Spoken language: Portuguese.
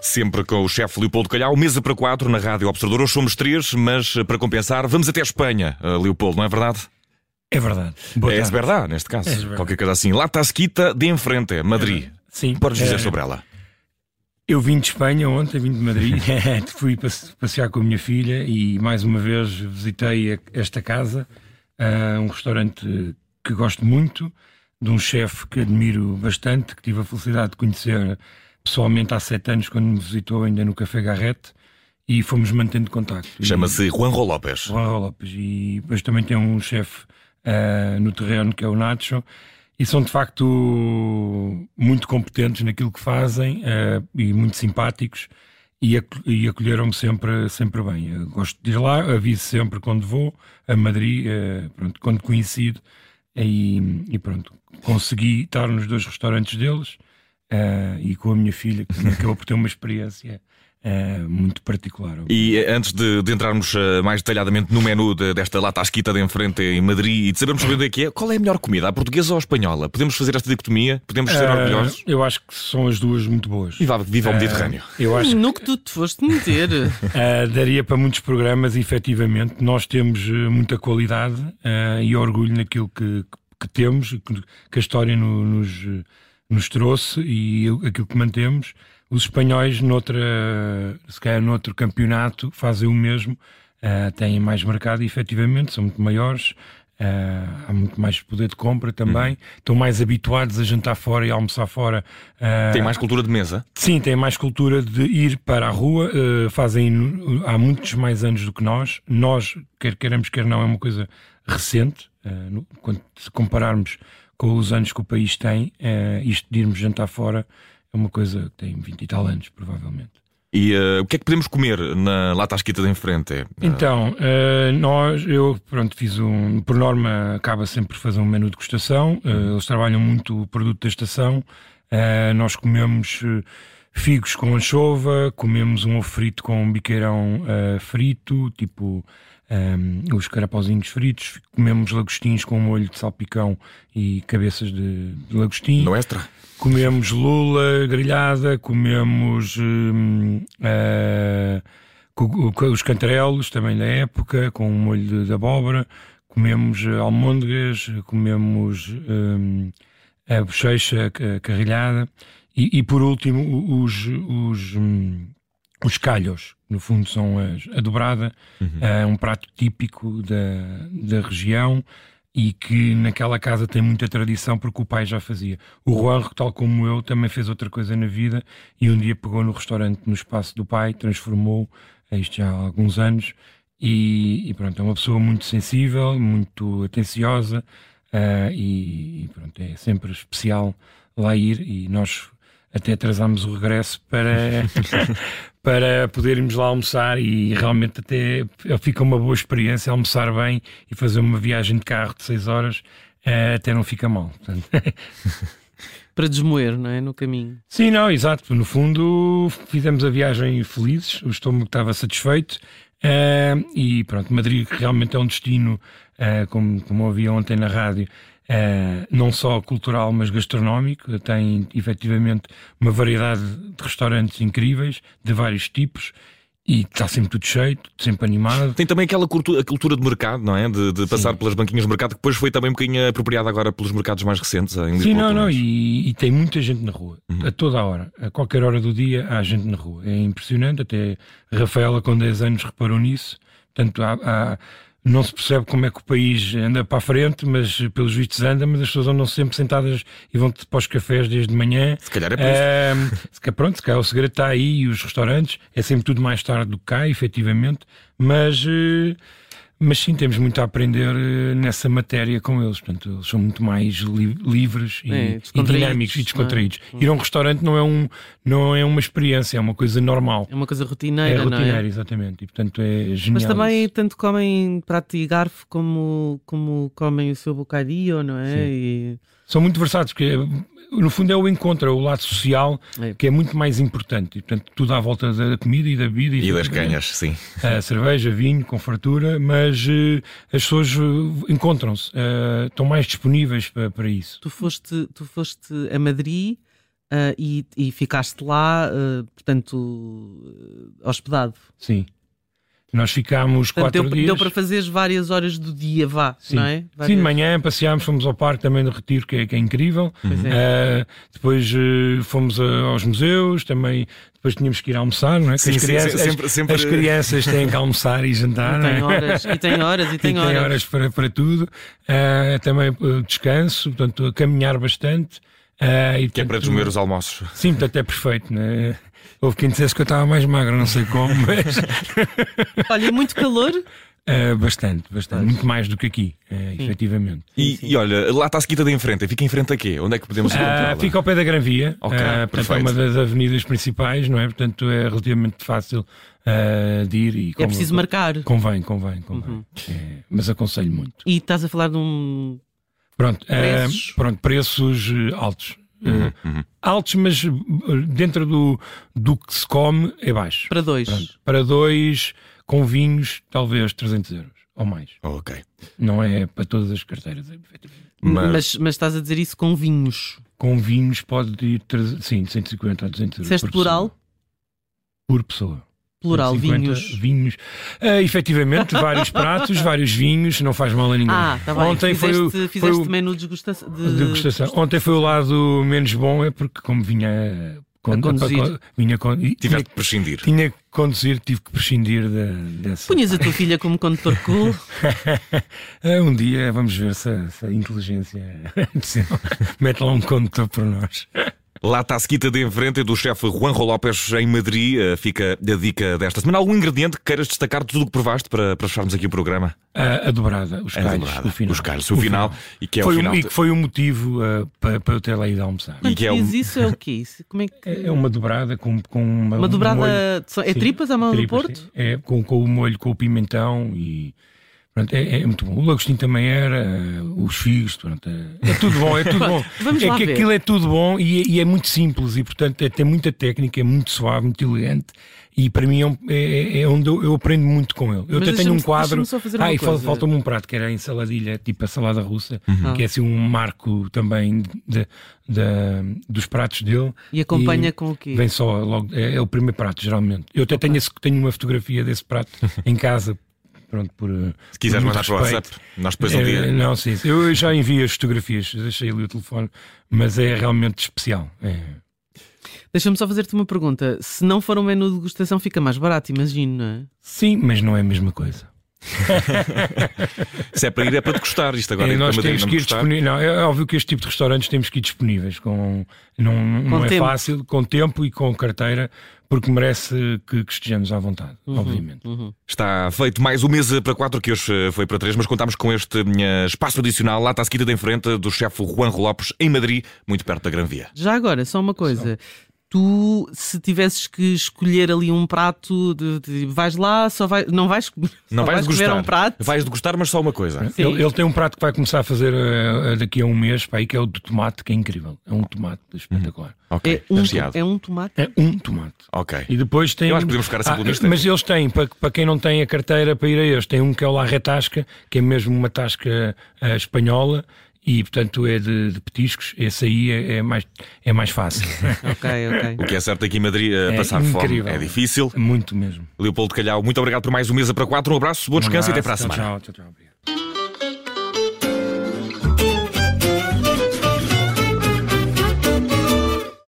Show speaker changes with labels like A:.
A: sempre com o chefe Leopoldo Calhau. Mesa para quatro na Rádio Observador. Hoje somos três, mas eh, para compensar, vamos até Espanha, eh, Leopoldo, não é verdade?
B: É verdade.
A: é es verdade, neste caso.
B: É verdade. É
A: Qualquer coisa assim. La Tasquita de Enfrente, Madrid.
B: Sim.
A: Podes dizer
B: eh,
A: sobre ela?
B: Eu vim de Espanha ontem, vim de Madrid, Eh, fui passe- passear com a minha filha e mais uma vez visitei a- esta casa, ah, um restaurante que gosto muito, de um chefe que admiro bastante, que tive a felicidade de conhecer pessoalmente há sete anos, quando me visitou ainda no Café Garrete, e fomos mantendo contacto. E-
A: Chama-se Juanjo López.
B: Juan Lopes. E depois também tem um chefe ah, no terreno que é o Nacho. E são de facto muito competentes naquilo que fazem ah, e muito simpáticos. E acol- e acolheram-me sempre, sempre bem. Eu gosto de ir lá, aviso sempre quando vou a Madrid, ah, pronto, quando conhecido. E, e pronto, consegui estar nos dois restaurantes deles ah, e com a minha filha, que também acabou por ter uma experiência ah, muito particular.
A: E eh, antes de, de entrarmos eh, mais detalhadamente no menu de- desta La Tasquita de Enfrente em Madrid e de sabermos sobre onde é que é, qual é a melhor comida, a portuguesa ou a espanhola? Podemos fazer esta dicotomia? Podemos ser
B: Ah,
A: orgulhosos?
B: Eu acho que são as duas muito boas.
A: E vá- viva
B: É.
A: o Mediterrâneo.
B: Eu acho
C: No que tu te foste meter.
B: ah, daria para muitos programas, efetivamente. Nós temos eh, muita qualidade ah, e orgulho naquilo que, que temos, que, que a história no- nos, eh, nos trouxe e eu- aquilo que mantemos. Os espanhóis, noutra, se calhar noutro campeonato, fazem o mesmo, ah, têm mais mercado, efetivamente, são muito maiores. ah, há muito mais poder de compra
A: Uhum.
B: também. Estão mais habituados a jantar fora e a almoçar fora. ah,
A: Tem mais cultura de mesa?
B: Sim, têm mais cultura de ir para a rua, eh, fazem há muitos mais anos do que nós. Nós, quer queiramos, quer não, é uma coisa recente, eh, no- quando se compararmos com os anos que o país tem, eh, isto de irmos jantar fora é uma coisa que tem 20 e tal anos, provavelmente.
A: E eh, o que é que podemos comer na La Tasquita de Enfrente? Eh,
B: Então, eh, nós, eu, pronto, fiz um. Por norma, acaba sempre por fazer um menu de degustação. Eh, eles trabalham muito o produto da estação. Eh, nós comemos eh, figos com anchova, comemos um ovo frito com um biqueirão eh, frito, tipo ehm, os carapauzinhos fritos, comemos lagostins com molho de salpicão e cabeças de, de lagostim.
A: No extra?
B: Comemos lula grelhada, comemos hum, eh, co- co- os cantarelos também da época, com um molho de, de abóbora, comemos eh, almôndegas, comemos hum, a bochecha ca- carrilhada e, e, por último o- os, os, hum, os calhos, no fundo são as- a dobrada, é um prato típico da, da região e que naquela casa tem muita tradição porque o pai já fazia. O Juanro, tal como eu, também fez outra coisa na vida e um dia pegou no restaurante no espaço do pai, transformou, eh, isto já há alguns anos, e, e pronto, é uma pessoa muito sensível, muito atenciosa ah, e, e pronto, é sempre especial lá ir e nós até atrasámos o regresso para, para podermos lá almoçar e realmente até eh, fica uma boa experiência almoçar bem e fazer uma viagem de carro de 6 horas eh, até não fica mal. Portanto,
C: Para desmoer, não é? No caminho.
B: Sim, não, exato. No fundo, fizemos a viagem felizes, o estômago estava satisfeito. eh, e pronto, Madrid que realmente é um destino, eh, como, como ouvi ontem na rádio, eh, não só cultural, mas gastronómico. Tem efetivamente uma variedade de restaurantes incríveis, de vários tipos, e está sempre tudo cheio, tudo sempre animado.
A: Tem também aquela cultu- a cultura de mercado, não é? De, de passar pelas banquinhas de mercado, que depois foi também um bocadinho apropriada agora pelos mercados mais recentes em Lisboa.
B: Sim, não,
A: pelo
B: não,
A: menos.
B: e, e tem muita gente na rua, a toda a hora, a qualquer hora do dia há gente na rua. É impressionante, até a Rafaela com 10 anos reparou nisso. Portanto, há- há- não se percebe como é que o país anda para a frente, mas eh, pelos vistos anda, mas as pessoas andam sempre sentadas e vão para os cafés desde de manhã.
A: Se calhar é por isso.
B: Ahm, Ehm, se ca- pronto, se calhar o segredo está aí e os restaurantes, é sempre tudo mais tarde do que cá, efetivamente, mas, eh, mas sim, temos muito a aprender eh, nessa matéria com eles. Portanto, eles são muito mais li- livres e,
C: É,
B: e
C: descontraídos,
B: dinâmicos
C: não
B: e
C: é?
B: descontraídos. Ir a um restaurante não é, um, não é uma experiência, é uma coisa normal.
C: É uma coisa
B: É
C: rotineira, não
B: rotineira,
C: é?
B: exatamente, e portanto é genial.
C: Mas também
B: isso.
C: tanto comem prato e garfo como, como comem o seu bocadinho, não é? E-
B: São muito versáteis, porque eh, no fundo é o encontro, é o lado social
C: É.
B: que é muito mais importante. E, portanto, tudo à volta da comida e da bebida
A: E das
B: da-
A: canhas, sim.
B: Uh, cerveja, vinho, com fartura, mas uh, as pessoas eh, uh, encontram-se, uh, estão mais disponíveis pa- para, isso.
C: Tu, foste, tu foste a Madrid ah, e, e ficaste lá, ah, portanto, ah, hospedado.
B: Sim. Nós ficámos
C: Portanto,
B: quatro
C: deu,
B: dias.
C: deu para fazeres várias horas do dia, vá,
B: Sim.
C: não é?
B: Sim,
C: Várias-
B: de manhã passeámos, fomos ao parque também do Retiro, que é, que é incrível.
C: Pois é.
B: Ah, depois eh, fomos a- aos museus, também depois tínhamos que ir almoçar, não é? Que
A: Sim,
B: as,
A: sim,
B: crianças,
A: sim, sempre-
B: as-
A: sempre-
B: as crianças têm que almoçar e jantar,
C: E tem
B: não é?
C: horas, e tem horas, e
B: E
C: tem horas.
B: para, para tudo. Ah, também eh, descanso, portanto, a caminhar bastante. Ah, e,
A: Que é para
B: portanto,
A: desmoer os almoços.
B: Sim, portanto, é perfeito, né? Houve quem dissesse que eu estava mais magro, não sei como, mas
C: Olha, e muito calor. é
B: ah, bastante, bastante. Muito mais do que aqui, eh, efetivamente.
A: E, e olha, lá está a seguida de em frente. Fica em frente a quê? Onde é que podemos
B: Ah,
A: encontrá-la?
B: fica ao pé da Gran Via,
A: Ok,
B: ah, portanto, é
A: perfeito.
B: uma das avenidas principais, não é? Portanto, é relativamente fácil ah, de ir e
C: É
B: convém-
C: preciso marcar. Uhum.
B: Convém, convém, convém. É, mas aconselho muito.
C: E estás a falar de um.
B: Pronto, ah,
C: Preços?
B: pronto preços eh, altos. Eh, Altos, mas eh, dentro do, do que se come é baixo.
C: para dois.
B: Pronto, para dois com vinhos, talvez 300 euros ou mais.
A: Ok.
B: Não é para todas as carteiras, é, efetivamente.
A: Mas-
C: Mas... Hum, Mas, estás a dizer isso com vinhos.
B: Com vinhos pode ir, tre- sim, 150 a 200 euros.
C: Disseste
B: por
C: plural?
B: pessoa. Por pessoa.
C: Plural,
B: 150
C: vinhos.
B: vinhos. Ah, efetivamente, vários pratos, vários vinhos, não faz mal a ninguém.
C: Ah, está bem.
B: Ontem foi
C: fizeste
B: o-
C: fizeste
B: foi o-
C: menu de degustação. De...
B: Degustação.
C: eh,
B: Ontem foi o lado menos bom, é porque como vinha eh, con-
C: A conduzir.
B: vinha con- e tinha,
A: Tiveste de prescindir.
B: tinha que conduzir, tive que prescindir da, dessa.
C: Punhas a tua filha como condutor cool.
B: É, um dia vamos ver se a, se a inteligência se mete lá um condutor por nós.
A: Lá está a seguida de em frente do chefe Juanjo Lopes em Madrid. Eh, Fica a dica desta semana. Algum ingrediente que queiras destacar de tudo o que provaste para, para fecharmos aqui o programa?
B: Eh, A, a dobrada, os
A: A
B: calhos,
A: dobrada,
B: o final.
A: os calhos, o final, e que é o
B: foi
A: final
B: Um, e
A: de-
B: que foi o motivo ah, para, para eu ter lá ido almoçar.
A: E
C: Quando
A: que é
C: dizes
A: um-
C: isso, é o quê? Isso? Como é que.
B: É é uma dobrada com, com uma,
C: Uma
B: um molho-
C: dobrada. de- É
B: Sim,
C: tripas à mão do
B: tripas,
C: Porto?
B: sim. É, com, com o molho, com o pimentão e. Pronto, é, é muito bom. O lagostinho também era, eh, os figos, pronto, é, é tudo bom, é tudo bom.
C: Vamos
B: é
C: lá
B: que
C: ver.
B: aquilo é tudo bom e, e é muito simples e, portanto, é, tem muita técnica, é muito suave, muito elegante e para mim é, um- é- é onde eu, eu aprendo muito com ele. Eu
C: Mas
B: até tenho um
C: deixa-me-
B: quadro.
C: deixa-me só fazer
B: ah,
C: uma
B: e fal-
C: coisa.
B: falta-me um prato que era a ensaladilha, tipo a salada russa, que é assim um marco também de- de- dos pratos dele.
C: E acompanha com o quê?
B: Vem só logo, é, é o primeiro prato, geralmente. Eu até tenho, esse- tenho uma fotografia desse prato em casa. Pronto, por. É,
A: Se quiseres mandar para o WhatsApp, nós depois um dia.
B: não, sim, sim. Eu já envio as fotografias, deixei ali o telefone, mas é realmente especial. É.
C: Deixa-me só fazer-te uma pergunta. Se não for um menu de degustação, fica mais barato, imagino, não é?
B: Sim, mas não é a mesma coisa.
A: Se é para ir, é para degustar. Isto agora
B: É,
A: é para
B: nós
A: Madrid,
B: temos
A: não
B: que ir
A: degustar.
B: disponíveis. Não, é óbvio que este tipo de restaurantes temos que ir disponíveis. Com, não não
C: Com
B: é
C: tempo.
B: fácil, com tempo e com carteira, porque merece que, que estejamos à vontade,
C: Uhum.
B: obviamente.
A: Está feito mais um mês para quatro, que hoje eh, foi para três, mas contámos com este eh, espaço adicional lá está a seguida de em frente do chefe Juanjo Lopes em Madrid, muito perto da Gran Via.
C: Já agora, só uma coisa. Tu, se tivesses que escolher ali um prato, de, de- vais lá, só vai, não vais, comer-
A: Não
C: só
A: vais
C: comer
A: degustar.
C: um prato.
A: Vais degustar, mas só uma coisa.
C: Sim.
B: Ele, ele tem um prato que vai começar a fazer eh, daqui a um mês, pá, aí, que é o de tomate, que é incrível. É um tomate espetacular.
A: Ok,
C: É um,
A: recheado.
C: é um tomate.
B: É um tomate.
A: Ok.
B: E depois tem.
A: Uhum.
B: Ah,
A: Eu acho que podemos ficar assim pelo mistério.
B: Mas eles têm, para, para quem não tem a carteira para ir a eles, tem um que é o La Retasca, que é mesmo uma tasca eh, espanhola e, portanto, é de, de petiscos. Esse aí é, é mais, é mais fácil.
C: Ok, ok.
A: O que é certo aqui em Madrid, eh,
B: É
A: passar fome
B: incrível.
A: é difícil.
B: Muito mesmo.
A: Leopoldo Calhau, muito obrigado por mais um mês para quatro. Um abraço, bom descanso e até para a
B: Tchau,
A: semana.
B: Tchau, tchau, tchau. Obrigado.